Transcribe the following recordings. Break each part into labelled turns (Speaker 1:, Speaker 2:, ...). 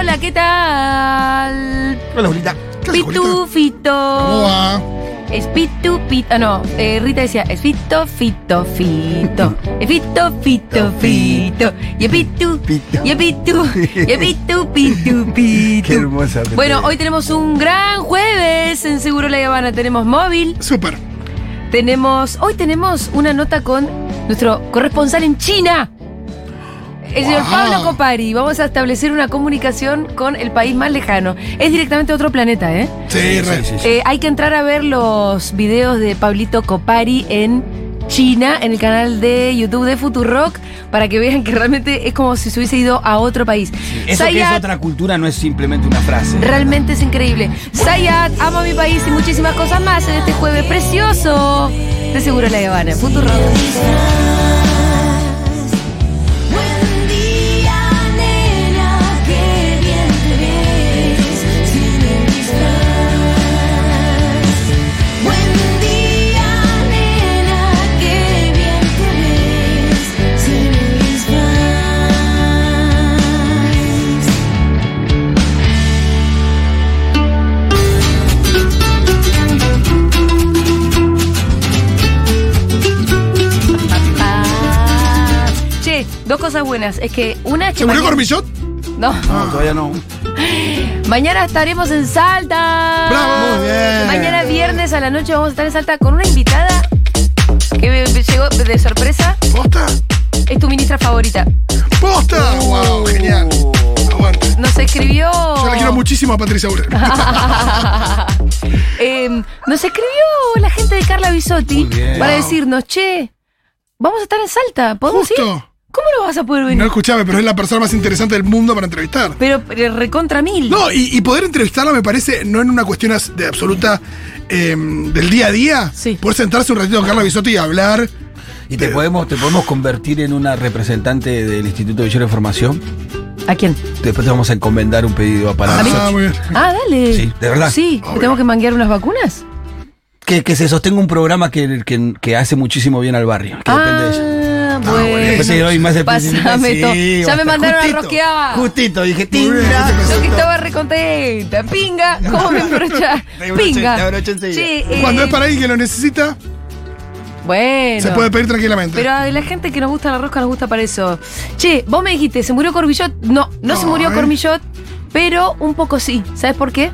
Speaker 1: Hola, ¿qué tal?
Speaker 2: Hola, Julita. ¿Qué haces, Julita?
Speaker 1: Pitufito.
Speaker 2: ¿Cómo va?
Speaker 1: Es pitu, pito. Ah, no, eh, Rita decía, es fito, fito, fito. Es fito, fito, fito. Y es pitu,
Speaker 2: Pito.
Speaker 1: y es pitu, y es pitu, pitu, pitu.
Speaker 2: Qué hermosa. que
Speaker 1: Bueno,
Speaker 2: te-
Speaker 1: hoy tenemos un gran jueves en Seguro La Habana. Tenemos móvil,
Speaker 2: Súper.
Speaker 1: tenemos. Hoy tenemos una nota con nuestro corresponsal en China. El señor
Speaker 2: Wow.
Speaker 1: Pablo Copari. Vamos a establecer una comunicación con el país más lejano. Es directamente otro planeta, ¿eh?
Speaker 2: Sí, re.
Speaker 1: Eh, hay que entrar a ver los videos de Pablito Copari en China, en el canal de YouTube de Futurock, para que vean que realmente es como si se hubiese ido a otro país.
Speaker 3: Eso que es
Speaker 1: Zayat,
Speaker 3: otra cultura no es simplemente una frase.
Speaker 1: realmente es increíble. Sayat, ama mi país y muchísimas cosas más en este jueves precioso. De seguro la Habana, en Futurock.
Speaker 4: Buen día, nena, qué bien te ves sin un disfraz. Buen día, nena, qué bien te ves sin un disfraz.
Speaker 1: Ah. Che, dos cosas buenas. Es que una es que.
Speaker 2: ¿Se murió
Speaker 1: mañana-
Speaker 2: Cormillot?
Speaker 1: No.
Speaker 2: Ah.
Speaker 3: No, todavía no.
Speaker 1: Mañana estaremos en Salta.
Speaker 2: ¡Bravo! Muy bien.
Speaker 1: Mañana viernes a la noche vamos a estar en Salta con una invitada que me- me llegó de sorpresa.
Speaker 2: ¿Posta?
Speaker 1: Es tu ministra favorita.
Speaker 2: ¡Posta!
Speaker 1: Uh.
Speaker 2: ¡Wow! Genial.
Speaker 3: Uh.
Speaker 2: Aguante.
Speaker 1: Nos escribió.
Speaker 2: Yo la
Speaker 1: Oh.
Speaker 2: quiero muchísimo a Patricia
Speaker 1: Ah,
Speaker 2: Ureña.
Speaker 1: Eh, nos escribió la gente de Carla Bisotti
Speaker 3: Muy bien.
Speaker 1: para
Speaker 3: Wow.
Speaker 1: decirnos, che, vamos a estar en Salta. ¿Podemos ir?
Speaker 2: Justo.
Speaker 1: ¿Cómo no vas a poder venir?
Speaker 2: No escuchaba, pero es la persona más interesante del mundo para entrevistar.
Speaker 1: Pero eh, recontra mil.
Speaker 2: No, y, y poder entrevistarla me parece no en una cuestión as- de absoluta em, del día a día.
Speaker 1: Sí.
Speaker 2: Poder sentarse un ratito con Carla Bisotti y hablar.
Speaker 3: ¿Y te podemos, te podemos convertir en una representante del Instituto Villero de Formación?
Speaker 1: ¿A quién?
Speaker 3: Después te vamos a encomendar un pedido para
Speaker 2: Ah,
Speaker 3: nosotros.
Speaker 2: muy bien.
Speaker 1: Ah, dale.
Speaker 3: Sí, de verdad.
Speaker 1: Sí,
Speaker 2: Obvio.
Speaker 1: ¿tengo que manguear unas vacunas?
Speaker 3: Que, que se sostenga un programa que, que, que hace muchísimo bien al barrio. Que depende de ella.
Speaker 1: ah, bueno.
Speaker 3: Después te doy más el
Speaker 1: Pásame
Speaker 3: Sí,
Speaker 1: todo. Ya
Speaker 3: basta.
Speaker 1: me mandaron
Speaker 3: Justito,
Speaker 1: a rosqueaba.
Speaker 3: Justito, dije,
Speaker 2: Muy bien,
Speaker 3: tinga.
Speaker 2: ese
Speaker 1: Yo que estaba recontenta. Pinga. ¿Cómo me brocha?
Speaker 3: Te broché, te
Speaker 1: Pinga.
Speaker 3: abroché enseguida.
Speaker 1: Che, eh,
Speaker 2: Cuando es para alguien que lo necesita,
Speaker 1: Bueno.
Speaker 2: se puede pedir tranquilamente.
Speaker 1: Pero a la gente que nos gusta la rosca nos gusta para eso. Che, vos me dijiste, ¿se murió Corbillot? No, no se
Speaker 2: No,
Speaker 1: murió
Speaker 2: eh.
Speaker 1: Cormillot, pero un poco sí. ¿Sabes por qué?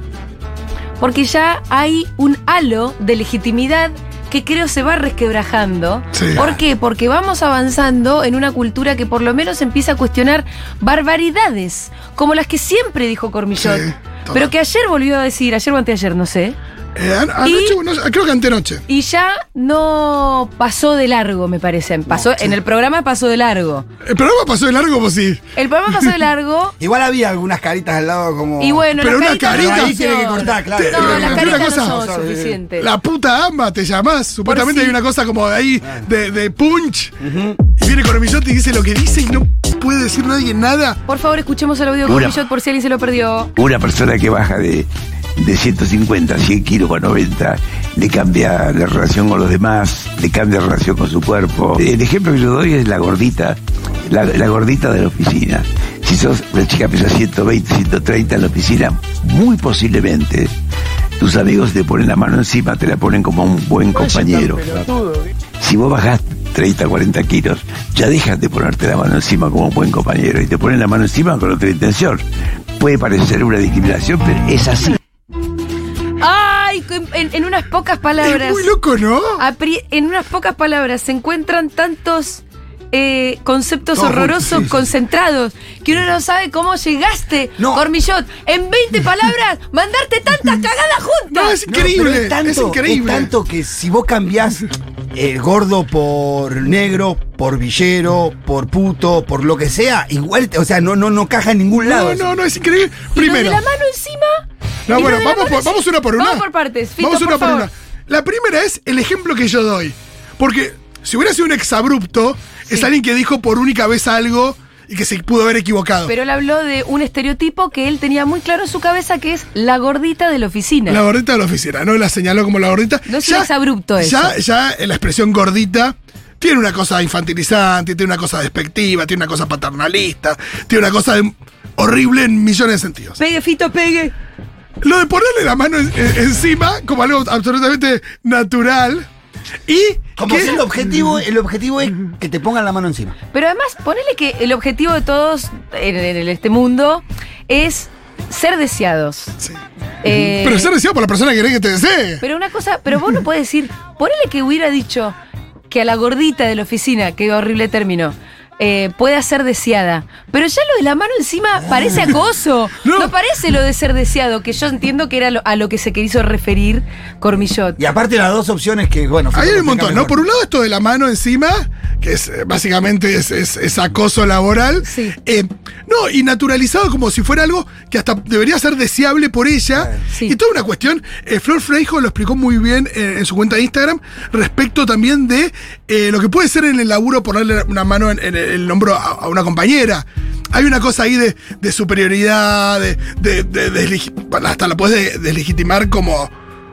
Speaker 1: Porque ya hay un halo de legitimidad que creo se va resquebrajando.
Speaker 2: Sí.
Speaker 1: ¿Por qué? Porque vamos avanzando en una cultura que por lo menos empieza a cuestionar barbaridades, como las que siempre dijo Cormillot.
Speaker 2: Sí, total.
Speaker 1: pero que ayer volvió a decir, ayer o anteayer, no sé.
Speaker 2: Eh, an- anoche,
Speaker 1: Y-
Speaker 2: no, creo que antenoche.
Speaker 1: Y ya no pasó de largo, me parece. Pasó, En el programa pasó de largo.
Speaker 2: El programa pasó de largo, pues sí.
Speaker 1: El programa pasó de largo.
Speaker 3: Igual había algunas caritas al lado como.
Speaker 1: Y bueno,
Speaker 2: Pero
Speaker 1: las
Speaker 2: una
Speaker 1: caritas
Speaker 2: carita-
Speaker 1: no
Speaker 2: Ahí
Speaker 3: tiene que
Speaker 1: son.
Speaker 3: cortar, claro.
Speaker 2: Pero
Speaker 1: No,
Speaker 2: me
Speaker 1: las
Speaker 2: refiero a
Speaker 1: caritas
Speaker 2: cosas.
Speaker 1: no
Speaker 3: No,
Speaker 1: son
Speaker 3: sí, sí.
Speaker 1: suficientes.
Speaker 2: La puta ama, te llamás. Supuestamente
Speaker 1: sí.
Speaker 2: hay una cosa como ahí de, de punch. Y viene Cormillot y dice lo que dice y no puede decir nadie nada.
Speaker 1: Por favor, escuchemos el audio de
Speaker 5: Una.
Speaker 1: Cormillot por si alguien se lo perdió.
Speaker 5: Una persona que baja de, de 150 a 100 kilos con 90 le cambia la relación con los demás, le cambia la relación con su cuerpo. El ejemplo que yo doy es la gordita, la, la gordita de la oficina. Si sos una chica que pesa 120, 130 en la oficina, muy posiblemente tus amigos te ponen la mano encima, te la ponen como un buen compañero. Si vos bajás 30, 40 kilos, ya dejas de ponerte la mano encima como un buen compañero y te ponen la mano encima con otra intención. Puede parecer una discriminación, pero es así.
Speaker 1: ¡Ay! En, en unas pocas palabras.
Speaker 2: Es muy loco, ¿no?
Speaker 1: apri- En unas pocas palabras se encuentran tantos eh, conceptos
Speaker 3: Todo,
Speaker 1: horrorosos
Speaker 3: sí, sí.
Speaker 1: concentrados que uno no sabe cómo llegaste,
Speaker 3: No.
Speaker 1: Cormillot. En 20 palabras, mandarte tantas cagadas
Speaker 2: No,
Speaker 1: juntas.
Speaker 2: es increíble.
Speaker 3: pero es, tanto,
Speaker 2: es increíble.
Speaker 3: es tanto que si vos cambiás el gordo por negro, por villero, por puto, por lo que sea, igual, te- o sea, no, no, no caja en ningún lado.
Speaker 2: No, no, no, es increíble.
Speaker 1: Y lo
Speaker 2: Primero.
Speaker 1: de la mano encima.
Speaker 2: No,
Speaker 1: y lo
Speaker 2: bueno,
Speaker 1: de la
Speaker 2: vamos
Speaker 1: mano
Speaker 2: por,
Speaker 1: encima.
Speaker 2: vamos una por una.
Speaker 1: Vamos por partes. Fito,
Speaker 2: vamos una por,
Speaker 1: favor.
Speaker 2: una. La primera es el ejemplo que yo doy. Porque si hubiera sido un exabrupto, es alguien que dijo por única vez algo y que se pudo haber equivocado.
Speaker 1: Pero él habló de un estereotipo que él tenía muy claro en su cabeza, que es la gordita de la oficina.
Speaker 2: La gordita de la oficina, ¿no? La señaló como la gordita.
Speaker 1: No es un exabrupto eso.
Speaker 2: Ya, ya eh, la expresión gordita tiene una cosa infantilizante, tiene una cosa despectiva, tiene una cosa paternalista, tiene una cosa de horrible en millones de sentidos.
Speaker 1: Pegue, Fito, pegue.
Speaker 2: Lo de ponerle la mano en- en- encima como algo absolutamente natural y
Speaker 3: Como
Speaker 2: que-
Speaker 3: si el objetivo, el objetivo es que te pongan la mano encima.
Speaker 1: Pero además, ponele que el objetivo de todos en, en este mundo es ser deseados.
Speaker 2: Sí.
Speaker 1: Eh,
Speaker 2: Pero ser deseado por la persona que cree que te desee.
Speaker 1: Pero una cosa, pero vos no puedes decir, ponele que hubiera dicho que a la gordita de la oficina, qué horrible término, eh, pueda ser deseada. Pero ya lo de la mano encima parece acoso. No.
Speaker 2: Ah. No.
Speaker 1: parece lo de ser deseado, que yo entiendo que era lo- a lo que se quiso referir Cormillot.
Speaker 3: Y aparte las dos opciones que, bueno,
Speaker 2: Ahí hay
Speaker 3: fíjate,
Speaker 2: un montón, ¿no?
Speaker 3: mejor.
Speaker 2: Por un lado esto de la mano encima, que es eh, básicamente es, es- es acoso laboral.
Speaker 1: Sí.
Speaker 2: Eh, no, y naturalizado como si fuera algo que hasta debería ser deseable por ella.
Speaker 1: Sí.
Speaker 2: Y toda una cuestión, eh, Flor Freijo lo explicó muy bien eh, en su cuenta de Instagram, respecto también de eh, lo que puede ser en el laburo ponerle una mano en, en el hombro a, a una compañera. Hay una cosa ahí de, de superioridad, de, de- de- de desleg- hasta la puedes de- deslegitimar como,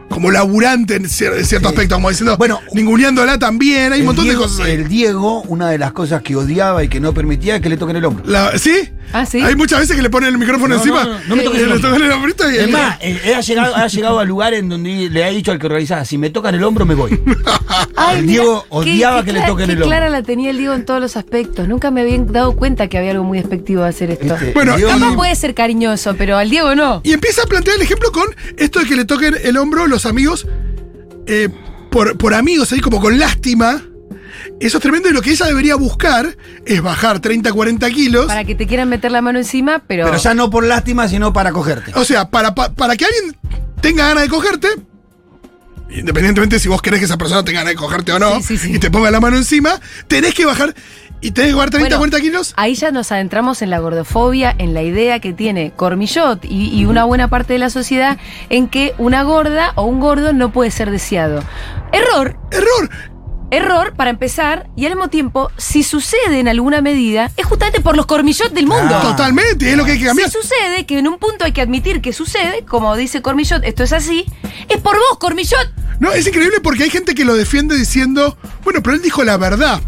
Speaker 2: como laburante en, cier- en cierto
Speaker 3: Sí.
Speaker 2: aspecto, como diciendo,
Speaker 3: Bueno,
Speaker 2: ninguneándola también, hay un
Speaker 3: El
Speaker 2: montón
Speaker 3: Diego-
Speaker 2: de cosas. ahí.
Speaker 3: El Diego, una de las cosas que odiaba y que no permitía es que le toquen el hombro.
Speaker 2: La- ¿Sí?
Speaker 1: Ah, ¿sí?
Speaker 2: Hay muchas veces que le ponen el micrófono
Speaker 3: No,
Speaker 2: encima.
Speaker 3: no, no, no me
Speaker 2: y
Speaker 3: toques el
Speaker 2: le
Speaker 3: hombro.
Speaker 2: tocan el hombrito y.
Speaker 3: Es más, eh, eh, ha, llegado, ha llegado a lugares en donde le ha dicho al que organizaba, si me tocan el hombro me voy. el
Speaker 1: mira,
Speaker 3: Diego
Speaker 1: qué-
Speaker 3: odiaba
Speaker 1: qué
Speaker 3: que le
Speaker 1: clara-
Speaker 3: toquen
Speaker 1: qué
Speaker 3: el hombro.
Speaker 1: clara la tenía el Diego en todos los aspectos. Nunca me había dado cuenta que había algo muy despectivo de hacer esto.
Speaker 3: Este,
Speaker 2: Bueno,
Speaker 3: el Diego-
Speaker 1: Capaz puede ser cariñoso, pero al Diego no.
Speaker 2: Y empieza a plantear el ejemplo con esto de que le toquen el hombro los amigos eh, por, por amigos, ahí como con lástima. Eso es tremendo y lo que ella debería buscar es bajar 30, 40 kilos.
Speaker 1: Para que te quieran meter la mano encima, pero.
Speaker 3: Pero ya no por lástima, sino para cogerte.
Speaker 2: O sea, para, pa- para que alguien tenga ganas de cogerte, independientemente si vos querés que esa persona tenga ganas de cogerte o no,
Speaker 1: Sí, sí, sí.
Speaker 2: y te ponga la mano encima, tenés que bajar y tenés que bajar 30,
Speaker 1: Bueno,
Speaker 2: 40 kilos.
Speaker 1: Ahí ya nos adentramos en la gordofobia, en la idea que tiene Cormillot y, y una buena parte de la sociedad en que una gorda o un gordo no puede ser deseado. Error,
Speaker 2: Error.
Speaker 1: error para empezar, y al mismo tiempo, si sucede en alguna medida, es justamente por los Cormillot del mundo.
Speaker 3: Ah.
Speaker 2: Totalmente, es lo que hay que cambiar.
Speaker 1: Si sucede, que en un punto hay que admitir que sucede, como dice Cormillot, esto es así, es por vos, Cormillot.
Speaker 2: No, es increíble porque hay gente que lo defiende diciendo, bueno, pero él dijo la verdad.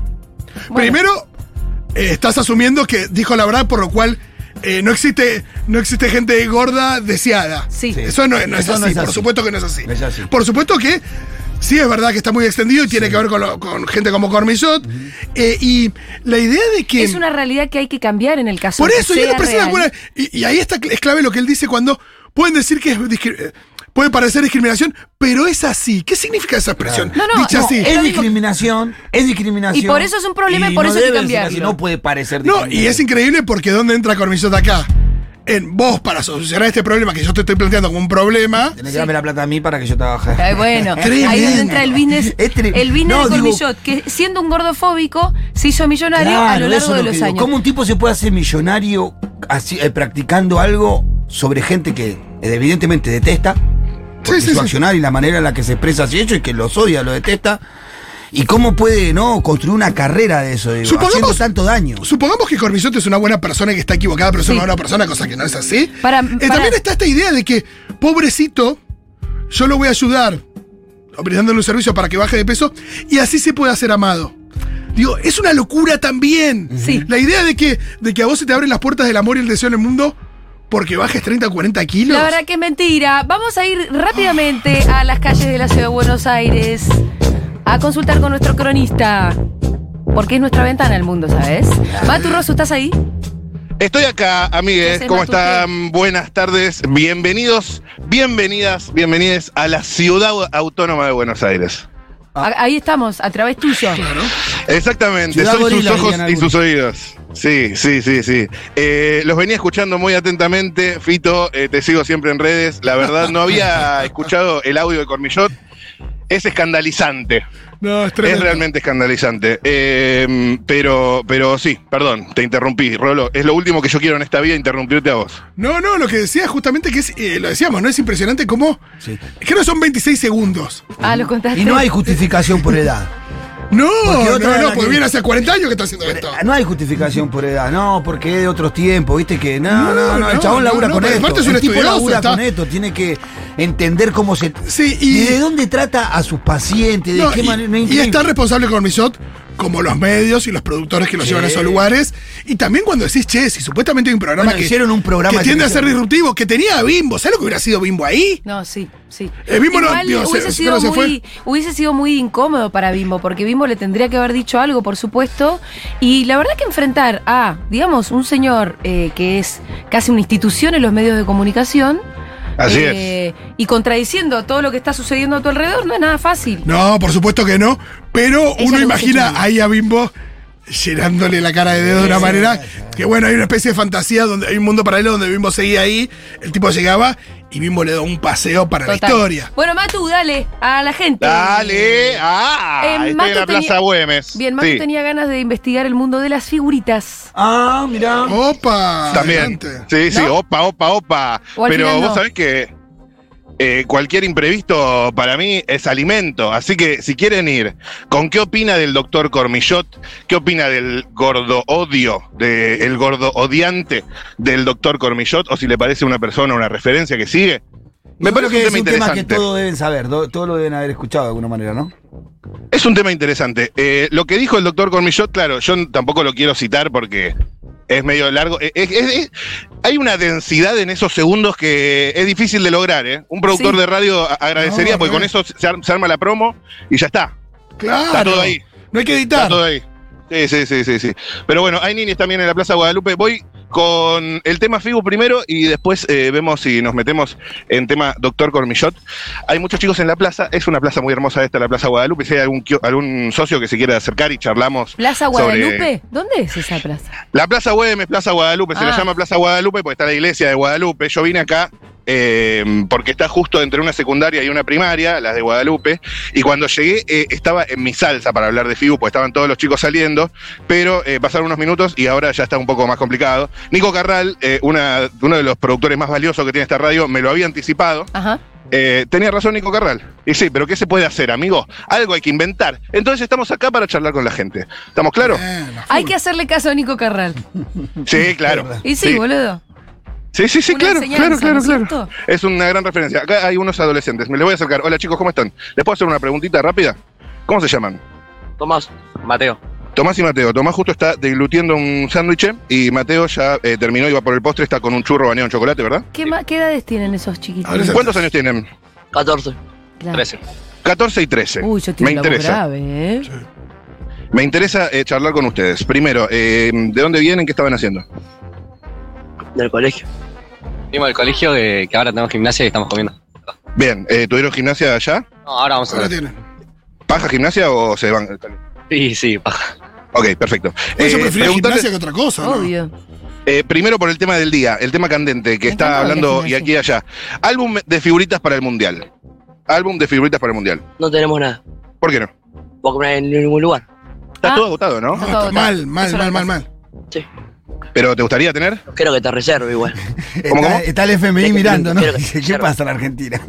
Speaker 2: Primero, eh, estás asumiendo que dijo la verdad, por lo cual eh, no, existe, no existe gente gorda deseada.
Speaker 1: Sí. Sí.
Speaker 2: Eso no, no es
Speaker 3: Eso
Speaker 2: así,
Speaker 3: no es
Speaker 2: por
Speaker 3: así.
Speaker 2: supuesto que no es así.
Speaker 3: No es así.
Speaker 2: Por supuesto que sí es verdad que está muy extendido y tiene que ver con, lo- con gente como Cormillot. eh, y la idea de que...
Speaker 1: Es una realidad que hay que cambiar en el caso
Speaker 2: Por
Speaker 1: de que
Speaker 2: eso, y
Speaker 1: sea
Speaker 2: una persona
Speaker 1: real.
Speaker 2: buena- Y, y ahí está cl- es clave lo que él dice cuando pueden decir que es discri- eh, puede parecer discriminación, pero es así. ¿Qué significa esa expresión?
Speaker 1: Claro. No, no,
Speaker 2: Dicha
Speaker 1: no,
Speaker 2: así.
Speaker 1: lo
Speaker 3: Es
Speaker 1: digo-
Speaker 3: discriminación, es discriminación.
Speaker 1: Y por eso es un problema y por
Speaker 3: no
Speaker 1: eso hay que
Speaker 3: debe ser
Speaker 1: cambiarlo.
Speaker 3: así, No puede parecer
Speaker 2: No, y es
Speaker 3: discriminación.
Speaker 2: increíble porque ¿dónde entra Cormillot acá? En vos, para solucionar este problema que yo te estoy planteando como un problema.
Speaker 3: Tenés que darme la plata a mí para que yo trabaje.
Speaker 1: Ay, bueno,
Speaker 2: Tremendo.
Speaker 1: ahí es donde entra el business,
Speaker 3: Es tremendo.
Speaker 1: el business
Speaker 3: No,
Speaker 1: de
Speaker 3: digo-
Speaker 1: Cormillot, que siendo un gordofóbico se hizo millonario a
Speaker 3: Claro,
Speaker 1: lo
Speaker 3: eso
Speaker 1: largo
Speaker 3: es
Speaker 1: de
Speaker 3: lo que
Speaker 1: los
Speaker 3: digo.
Speaker 1: años.
Speaker 3: ¿Cómo un tipo se puede hacer millonario así, eh, practicando algo sobre gente que eh, evidentemente detesta? Porque
Speaker 2: Sí, sí,
Speaker 3: su
Speaker 2: sí.
Speaker 3: accionar y la manera en la que se expresa hacia ellos y que los odia, los detesta. ¿Y cómo puede no construir una carrera de eso? digo,
Speaker 2: Supongamos-
Speaker 3: haciendo tanto daño.
Speaker 2: Supongamos que Cormillot es una buena persona y que está equivocada, pero es
Speaker 1: Sí.
Speaker 2: una buena persona, cosa que no es así.
Speaker 1: Para-
Speaker 2: Eh,
Speaker 1: para-
Speaker 2: También está esta idea de que, pobrecito, yo lo voy a ayudar brindándole un servicio para que baje de peso y así se puede hacer amado. Digo, es una locura también.
Speaker 1: Sí.
Speaker 2: La idea de que, de que a vos se te abren las puertas del amor y el deseo en el mundo porque bajes 30 o 40 kilos.
Speaker 1: La verdad que es mentira. Vamos a ir rápidamente a las calles de la ciudad de Buenos Aires a consultar con nuestro cronista. Porque es nuestra ventana al mundo, ¿sabes? Maturroso, ¿estás ahí?
Speaker 6: Estoy acá,
Speaker 1: ¿Qué
Speaker 6: amigues.
Speaker 1: haces,
Speaker 6: ¿Cómo
Speaker 1: Matute?
Speaker 6: están? Buenas tardes. Bienvenidos, bienvenidas, bienvenides a la ciudad autónoma de Buenos Aires.
Speaker 3: Ah.
Speaker 1: A- Ahí estamos, a través tuyo.
Speaker 6: Exactamente,
Speaker 3: Ciudad
Speaker 6: soy
Speaker 3: gorila,
Speaker 6: sus ojos
Speaker 3: dirían
Speaker 6: y
Speaker 3: algunos.
Speaker 6: sus oídos. Sí, sí, sí, sí. Eh, los venía escuchando muy atentamente. Fito, eh, te sigo siempre en redes. La verdad, no había escuchado el audio de Cormillot. Es escandalizante.
Speaker 2: No, es
Speaker 6: Es
Speaker 2: tremendo.
Speaker 6: realmente escandalizante. Eh, pero, pero sí, perdón, te interrumpí, Rolo. Es lo último que yo quiero en esta vida, interrumpirte a vos.
Speaker 2: No, no, lo que decía justamente que es, eh, lo decíamos, ¿no? Es impresionante cómo.
Speaker 3: Sí.
Speaker 2: Es que no son 26 segundos.
Speaker 1: Ah, lo contaste.
Speaker 3: Y no hay justificación por edad.
Speaker 2: No,
Speaker 3: Porque otra
Speaker 2: no,
Speaker 3: de
Speaker 2: no,
Speaker 3: la
Speaker 2: porque
Speaker 3: que-
Speaker 2: viene hace 40 años que está haciendo esto.
Speaker 3: No hay justificación por edad, no, porque es de otros tiempos, viste que no, no, no, el
Speaker 2: no,
Speaker 3: chabón
Speaker 2: no,
Speaker 3: labura
Speaker 2: no,
Speaker 3: con
Speaker 2: pero
Speaker 3: esto.
Speaker 2: aparte es un
Speaker 3: el tipo
Speaker 2: estudioso,
Speaker 3: labura
Speaker 2: está-
Speaker 3: con esto, tiene que entender cómo se.
Speaker 2: Sí, y-
Speaker 3: ¿De dónde trata a sus pacientes? ¿De
Speaker 2: No,
Speaker 3: qué
Speaker 2: y,
Speaker 3: manera? No,
Speaker 2: y
Speaker 3: increíble.
Speaker 2: es tan responsable con Cormillot como los medios y los productores que los
Speaker 3: Sí.
Speaker 2: llevan a esos lugares. Y también cuando decís, che, si supuestamente hay un programa
Speaker 3: Bueno,
Speaker 2: que,
Speaker 3: hicieron un programa
Speaker 2: que
Speaker 3: de
Speaker 2: tiende a ser
Speaker 3: televisión.
Speaker 2: disruptivo, que tenía a Bimbo. ¿Sabes lo que hubiera sido Bimbo ahí?
Speaker 1: No, sí, sí.
Speaker 2: Eh, Bimbo no-
Speaker 1: Igual
Speaker 2: digo, se-
Speaker 1: hubiese,
Speaker 2: se-
Speaker 1: sido
Speaker 2: no se fue.
Speaker 1: muy, hubiese sido muy incómodo para Bimbo, porque Bimbo le tendría que haber dicho algo, por supuesto. Y la verdad que enfrentar a, digamos, un señor eh, que es casi una institución en los medios de comunicación.
Speaker 6: Así
Speaker 1: eh, Y contradiciendo todo lo que está sucediendo a tu alrededor, no es nada fácil.
Speaker 2: No, por supuesto que no. Pero
Speaker 1: Ella
Speaker 2: uno
Speaker 1: lo
Speaker 2: imagina
Speaker 1: hubiese
Speaker 2: ahí a Bimbo llenándole la cara de dedo de una manera que bueno, hay una especie de fantasía donde hay un mundo paralelo donde Bimbo seguía ahí, el tipo llegaba y Bimbo le da un paseo para la
Speaker 1: Total.
Speaker 2: historia.
Speaker 1: Bueno, Matu, dale a la gente.
Speaker 6: Dale, ah,
Speaker 1: Eh,
Speaker 6: estoy
Speaker 1: Mato
Speaker 6: en la
Speaker 1: tenía-
Speaker 6: Plaza Güemes.
Speaker 1: Bien, Matu
Speaker 6: Sí.
Speaker 1: tenía ganas de investigar el mundo de las figuritas.
Speaker 3: Ah, mirá.
Speaker 2: Opa.
Speaker 6: También.
Speaker 2: adelante.
Speaker 6: Sí, sí,
Speaker 1: ¿No?
Speaker 6: opa, opa, opa.
Speaker 1: O al
Speaker 6: Pero
Speaker 1: final no.
Speaker 6: vos sabés que eh, cualquier imprevisto para mí es alimento. Así que si quieren ir, ¿con qué opina del doctor Cormillot? ¿Qué opina del gordo odio, del gordo odiante del doctor Cormillot? O si le parece una persona, una referencia que sigue. Me
Speaker 3: Yo creo
Speaker 6: parece
Speaker 3: que
Speaker 6: un
Speaker 3: es
Speaker 6: tema
Speaker 3: un tema que
Speaker 6: interesante.
Speaker 3: todos deben saber, do- todos lo deben haber escuchado de alguna manera, ¿no?
Speaker 6: Es un tema interesante. Eh, lo que dijo el doctor Cormillot, claro, yo n- tampoco lo quiero citar porque es medio largo. Eh, es- es- es- hay una densidad en esos segundos que es difícil de lograr. ¿eh? Un productor
Speaker 1: Sí.
Speaker 6: de radio a- agradecería
Speaker 2: No,
Speaker 6: porque
Speaker 2: no.
Speaker 6: con eso se, ar- se arma la promo y ya está.
Speaker 2: Claro.
Speaker 6: Está todo ahí.
Speaker 2: No hay que
Speaker 6: Está
Speaker 2: editar.
Speaker 6: todo ahí. Sí, sí, sí, sí, sí. Pero bueno, hay ninis también en la Plaza Guadalupe. Voy con el tema Figu primero y después eh, vemos si nos metemos en tema Doctor Cormillot. Hay muchos chicos en la plaza. Es una plaza muy hermosa esta, la Plaza Guadalupe. Si hay algún, kio- algún socio que se quiera acercar y charlamos.
Speaker 1: Plaza
Speaker 6: sobre-
Speaker 1: Guadalupe, ¿dónde es esa plaza?
Speaker 6: La Plaza Güemes, Plaza Guadalupe. Se la
Speaker 1: Ah.
Speaker 6: llama Plaza Guadalupe porque está la iglesia de Guadalupe. Yo vine acá. eh, porque está justo entre una secundaria y una primaria, las de Guadalupe, y cuando llegué eh, estaba en mi salsa para hablar de FIBU, porque estaban todos los chicos saliendo, pero eh, pasaron unos minutos y ahora ya está un poco más complicado. Nico Carral, eh, una- uno de los productores más valiosos que tiene esta radio, me lo había anticipado.
Speaker 1: Ajá.
Speaker 6: Eh, tenía razón Nico Carral. Y sí, pero ¿qué se puede hacer, amigo? Algo hay que inventar. Entonces estamos acá para charlar con la gente. ¿Estamos claros?
Speaker 2: Bien, a
Speaker 1: Hay
Speaker 2: full.
Speaker 1: que hacerle caso a Nico Carral.
Speaker 6: Sí, claro.
Speaker 1: Y sí, boludo.
Speaker 6: Sí, sí, sí,
Speaker 1: Una
Speaker 6: claro,
Speaker 1: enseñanza,
Speaker 6: claro, claro,
Speaker 1: ¿no es
Speaker 6: claro.
Speaker 1: cierto?
Speaker 6: Es una gran referencia. Acá hay unos adolescentes. Me les voy a acercar. Hola chicos, ¿cómo están? ¿Les puedo hacer una preguntita rápida? ¿Cómo se llaman?
Speaker 7: Tomás, Mateo.
Speaker 6: Tomás y Mateo. Tomás justo está deglutiendo un sándwich y Mateo ya eh, terminó, iba por el postre, está con un churro bañado en chocolate, ¿verdad?
Speaker 1: ¿Qué, ma- qué edades tienen esos chiquitos?
Speaker 2: Adolescente.
Speaker 6: ¿Cuántos años tienen?
Speaker 7: 14,
Speaker 1: Claro.
Speaker 7: 13.
Speaker 6: 14 y 13.
Speaker 1: Uy, yo
Speaker 6: me
Speaker 1: tengo la voz
Speaker 6: interesa.
Speaker 1: grave, ¿eh?
Speaker 6: Me interesa eh, charlar con ustedes. Primero, eh, ¿de dónde vienen? ¿Qué estaban haciendo?
Speaker 7: Del colegio. Mismo del colegio de que ahora tenemos gimnasia y estamos comiendo.
Speaker 6: Bien, eh, ¿tuvieron gimnasia allá?
Speaker 7: No, ahora vamos a
Speaker 2: Ahora
Speaker 7: comer.
Speaker 2: tienen.
Speaker 6: ¿Paja gimnasia o se van?
Speaker 7: Sí, sí, paja.
Speaker 6: Ok, perfecto.
Speaker 2: Bueno, yo
Speaker 6: Eh,
Speaker 2: prefería
Speaker 6: preguntarle-
Speaker 2: gimnasia que otra cosa. ¿no?
Speaker 1: Obvio.
Speaker 6: Eh, primero por el tema del día, el tema candente que
Speaker 1: Me
Speaker 6: está
Speaker 1: encanta
Speaker 6: hablando
Speaker 1: hablar
Speaker 6: y
Speaker 1: de
Speaker 6: aquí y allá. Álbum de figuritas para el mundial. Álbum de figuritas para el mundial.
Speaker 8: No tenemos nada.
Speaker 6: ¿Por qué no?
Speaker 8: Voy a comprar en ningún lugar.
Speaker 6: Está
Speaker 1: Ah.
Speaker 6: todo agotado,
Speaker 2: No,
Speaker 6: ¿no?
Speaker 1: Está todo
Speaker 2: está mal, mal,
Speaker 1: Eso no
Speaker 2: mal, mal,
Speaker 1: pasa.
Speaker 2: mal.
Speaker 6: Pero ¿te gustaría tener?
Speaker 8: Quiero que te reserve igual.
Speaker 6: ¿Cómo,
Speaker 3: está,
Speaker 6: cómo?
Speaker 3: está el FMI
Speaker 8: Quiero-
Speaker 3: mirando, ¿no?
Speaker 8: quiero-
Speaker 3: Dice, ¿qué
Speaker 8: quiero-
Speaker 3: pasa en la Argentina?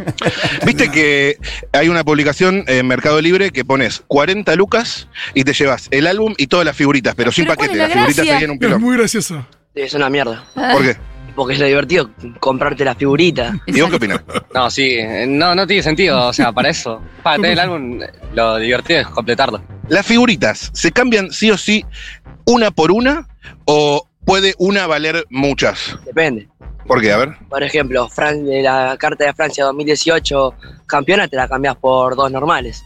Speaker 6: Viste que hay una publicación en Mercado Libre que pones 40 lucas y te llevas el álbum y todas las figuritas, pero sin
Speaker 1: Pero ¿cuál
Speaker 6: paquete.
Speaker 1: es la
Speaker 6: Las figuritas
Speaker 1: gracia?
Speaker 6: se en un
Speaker 2: Es
Speaker 6: pilón.
Speaker 2: muy gracioso.
Speaker 8: Es una mierda.
Speaker 6: ¿Por qué?
Speaker 8: Porque es lo divertido comprarte la figurita.
Speaker 6: ¿Y vos qué opinas?
Speaker 7: No, sí, eh, no, no tiene sentido, o sea, para eso. Para tener el álbum, eh, lo divertido es completarlo.
Speaker 6: Las figuritas, ¿se cambian sí o sí una por una o puede una valer muchas?
Speaker 8: Depende.
Speaker 6: ¿Por qué? A ver.
Speaker 8: Por ejemplo, Fran, de la carta de Francia 2018 campeona te la cambias por dos normales.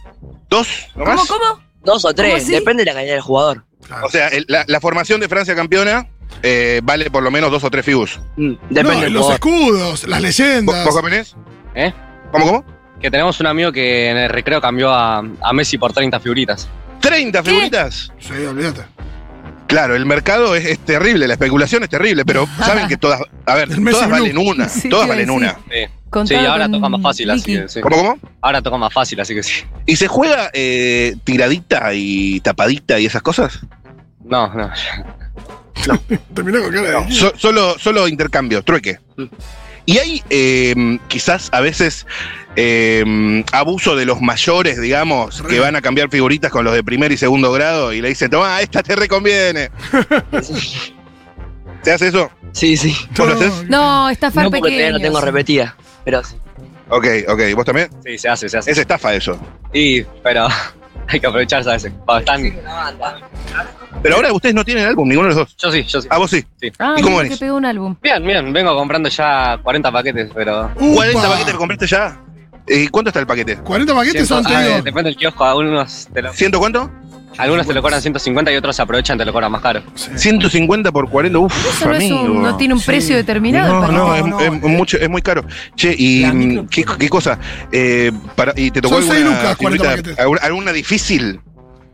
Speaker 6: ¿Dos?
Speaker 1: ¿Cómo,
Speaker 6: ¿Nomás?
Speaker 1: cómo?
Speaker 8: Dos o tres.
Speaker 1: así?
Speaker 8: Depende de la calidad del jugador.
Speaker 6: O sea, el- la, la formación de Francia campeona eh, vale por lo menos dos o tres figus.
Speaker 8: Mm,
Speaker 2: No,
Speaker 8: depende del
Speaker 2: los
Speaker 8: jugador.
Speaker 2: escudos, las
Speaker 6: ¿Vos,
Speaker 2: leyendas.
Speaker 6: vos qué opinás?
Speaker 7: ¿Eh?
Speaker 6: ¿Cómo, cómo?
Speaker 7: Que tenemos un amigo que en el recreo cambió a, a Messi por 30 figuritas.
Speaker 6: ¿30
Speaker 1: ¿Qué?
Speaker 6: figuritas?
Speaker 2: Sí, olvídate.
Speaker 6: Claro, el mercado es, es terrible, la especulación es terrible, pero saben que todas, a ver,
Speaker 2: El Messi
Speaker 6: todas
Speaker 2: Blue.
Speaker 6: valen una,
Speaker 1: Sí,
Speaker 6: todas
Speaker 1: te iba a
Speaker 6: valen
Speaker 1: decir.
Speaker 6: una.
Speaker 7: Sí, sí
Speaker 1: Contalo
Speaker 7: ahora
Speaker 1: con
Speaker 7: toca más fácil, así
Speaker 1: Vicky.
Speaker 7: que sí.
Speaker 6: ¿Cómo, cómo?
Speaker 7: Ahora toca más fácil, así que sí.
Speaker 6: ¿Y se juega eh, tiradita y tapadita y esas cosas?
Speaker 7: No, no.
Speaker 2: Terminó con cara de.
Speaker 6: So- solo, solo intercambio, trueque. Y hay eh, quizás a veces eh, abuso de los mayores, digamos, que van a cambiar figuritas con los de primer y segundo grado y le dicen, toma, esta te reconviene. ¿Se hace eso?
Speaker 8: Sí, sí.
Speaker 6: ¿Vos lo haces?
Speaker 1: No, estafar
Speaker 8: No porque todavía
Speaker 1: pequeños.
Speaker 8: no tengo repetida. Pero sí.
Speaker 6: Ok, ok, ¿vos también?
Speaker 7: Sí, se hace, se hace.
Speaker 6: Es estafa eso.
Speaker 7: Sí, pero Hay que aprovecharse a veces. Cuando están-
Speaker 8: Una banda.
Speaker 6: Pero ahora ustedes no tienen álbum, ninguno de los dos.
Speaker 7: Yo sí, yo sí.
Speaker 6: A vos sí.
Speaker 7: Sí.
Speaker 1: Ah,
Speaker 6: ¿Y cómo
Speaker 1: mira
Speaker 6: venís?
Speaker 1: que pegó un álbum.
Speaker 7: Bien, bien, vengo comprando ya 40 paquetes, pero.
Speaker 2: Upa.
Speaker 6: 40 paquetes que compraste ya. ¿Y cuánto está el paquete?
Speaker 2: 40 paquetes son
Speaker 7: Ciento- ah, eh,
Speaker 2: tenidos.
Speaker 7: depende del kiosco, algunos te lo,
Speaker 6: ¿Ciento cuánto?
Speaker 7: algunos te lo cobran 150 y otros se aprovechan y te lo cobran más caro.
Speaker 6: 150 por 40. Uf,
Speaker 1: Eso no, es
Speaker 6: amigo.
Speaker 1: un- no tiene un
Speaker 3: Sí.
Speaker 1: precio determinado. el
Speaker 6: No,
Speaker 1: paquete.
Speaker 6: no, es,
Speaker 3: No,
Speaker 6: es
Speaker 3: no.
Speaker 2: eh.
Speaker 6: mucho, es muy caro. Che, y
Speaker 3: La
Speaker 6: mm,
Speaker 3: micro-
Speaker 6: ¿qué, qué cosa. Eh, para, y te tocó
Speaker 2: Son seis lucas, 40
Speaker 6: figurita-
Speaker 2: paquetes.
Speaker 6: alguna- alguna difícil.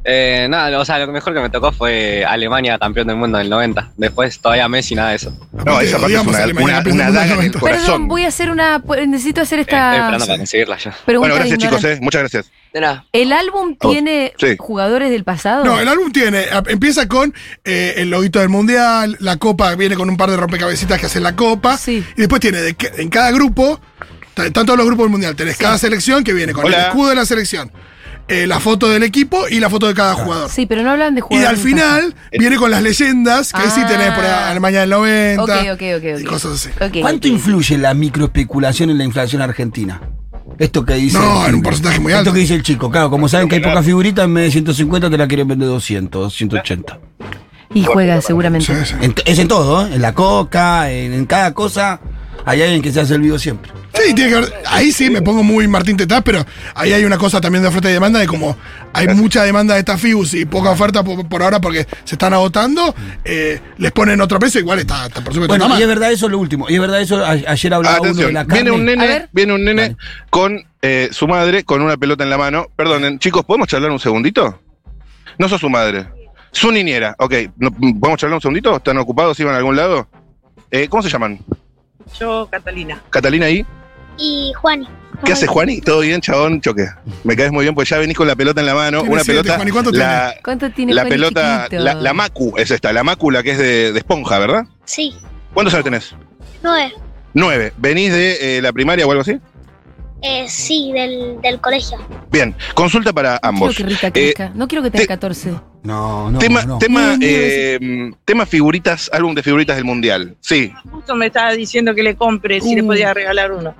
Speaker 7: Eh, nada, o sea, lo mejor que me tocó fue Alemania, campeón del mundo en el 90. Después todavía Messi, nada de eso. Eh,
Speaker 6: No, esa parte es
Speaker 2: digamos,
Speaker 6: una,
Speaker 2: Alemania,
Speaker 6: una-
Speaker 2: campeón
Speaker 6: una
Speaker 2: del mundo
Speaker 6: daga en el
Speaker 2: del
Speaker 1: Perdón,
Speaker 6: corazón.
Speaker 1: voy a hacer una. pues, Necesito hacer
Speaker 7: Eh, estoy
Speaker 1: esta
Speaker 7: esperando para conseguirla yo.
Speaker 1: pregunta.
Speaker 6: Bueno, gracias
Speaker 1: de
Speaker 6: chicos,
Speaker 1: ignorante.
Speaker 6: eh, muchas gracias.
Speaker 8: De nada.
Speaker 1: ¿El álbum
Speaker 6: Oh,
Speaker 1: tiene
Speaker 6: sí.
Speaker 1: jugadores del pasado?
Speaker 2: No, el álbum tiene, a- empieza con eh, el loguito del mundial, la copa viene con un par de rompecabecitas que hacen la copa.
Speaker 1: Sí.
Speaker 2: Y después tiene de que- en cada grupo, ta- están todos los grupos del mundial, tenés cada selección que viene con el
Speaker 6: Hola.
Speaker 2: escudo de la selección, eh, la foto del equipo y la foto de cada jugador.
Speaker 1: Sí, pero no hablan de
Speaker 2: Y
Speaker 1: jugadores.
Speaker 2: al
Speaker 1: del pasado.
Speaker 2: final viene con las leyendas que sí
Speaker 1: Ah.
Speaker 2: tenés por ahí, Alemania del 90
Speaker 1: Ok, ok, ok. ok.
Speaker 2: y cosas así.
Speaker 1: Ok,
Speaker 3: ¿Cuánto
Speaker 1: ok.
Speaker 3: influye la microespeculación en la inflación argentina? Esto que dice.
Speaker 2: No,
Speaker 3: el-
Speaker 2: en un porcentaje muy alto.
Speaker 3: Esto que dice el chico, claro, como saben que hay pocas figuritas, en vez de 150 te la quieren vender 200, 280.
Speaker 1: Y juega seguramente.
Speaker 2: Sí, sí.
Speaker 3: En t- es en todo, ¿eh? En la coca, en, en cada cosa, hay alguien que se hace el vivo siempre.
Speaker 2: Sí, tiene que ver. Ahí sí me pongo muy Martín Tetaz, pero ahí hay una cosa también de oferta y demanda, de como hay mucha demanda de estas fibus y poca oferta por, por ahora porque se están agotando, eh, les ponen otro precio, igual está, está- por supuesto está
Speaker 3: Bueno,
Speaker 2: mal.
Speaker 3: y es verdad eso lo último. Y es verdad eso, a- ayer hablaba uno de
Speaker 6: Ah, Atención,
Speaker 3: la carne.
Speaker 6: viene un
Speaker 1: A
Speaker 6: nene,
Speaker 1: ver.
Speaker 6: viene un nene
Speaker 3: Dale.
Speaker 6: con eh, su madre, con una pelota en la mano. Perdonen, chicos, ¿podemos charlar un segundito? No sos su madre. Su niñera, ok. no- ¿Podemos charlar un segundito? ¿Están ocupados? ¿Iban a algún lado? Eh, ¿Cómo se llaman?
Speaker 9: Yo, Catalina.
Speaker 6: ¿Catalina ahí?
Speaker 10: Y Juani.
Speaker 6: ¿Qué haces, Juani? ¿Todo bien, chabón? Choque. Me caes muy bien, pues ya venís con la pelota en la mano.
Speaker 2: Tiene
Speaker 6: Una
Speaker 2: siete,
Speaker 6: pelota.
Speaker 2: Juani, ¿cuánto
Speaker 6: la,
Speaker 1: ¿Cuánto tiene
Speaker 6: la
Speaker 1: Juan el
Speaker 6: pelota,
Speaker 1: chiquito?
Speaker 6: la, la macu es esta, la mácula que es de, de esponja, ¿verdad?
Speaker 10: Sí.
Speaker 6: ¿Cuántos años tenés?
Speaker 10: Nueve.
Speaker 6: Nueve. ¿Venís de eh, la primaria o algo así?
Speaker 10: Eh, sí, del, del colegio.
Speaker 6: Bien, consulta para
Speaker 1: No quiero
Speaker 6: ambos.
Speaker 1: que Rita
Speaker 6: Eh,
Speaker 1: crezca. no quiero que tenga
Speaker 6: te-
Speaker 1: 14.
Speaker 2: Mm.
Speaker 3: No, no,
Speaker 6: tema,
Speaker 3: no.
Speaker 6: tema,
Speaker 1: Ay, Dios.
Speaker 6: eh, tema figuritas, álbum de figuritas del mundial. Sí.
Speaker 9: Justo me estaba diciendo que le compre si le
Speaker 8: Uh.
Speaker 9: podía regalar uno.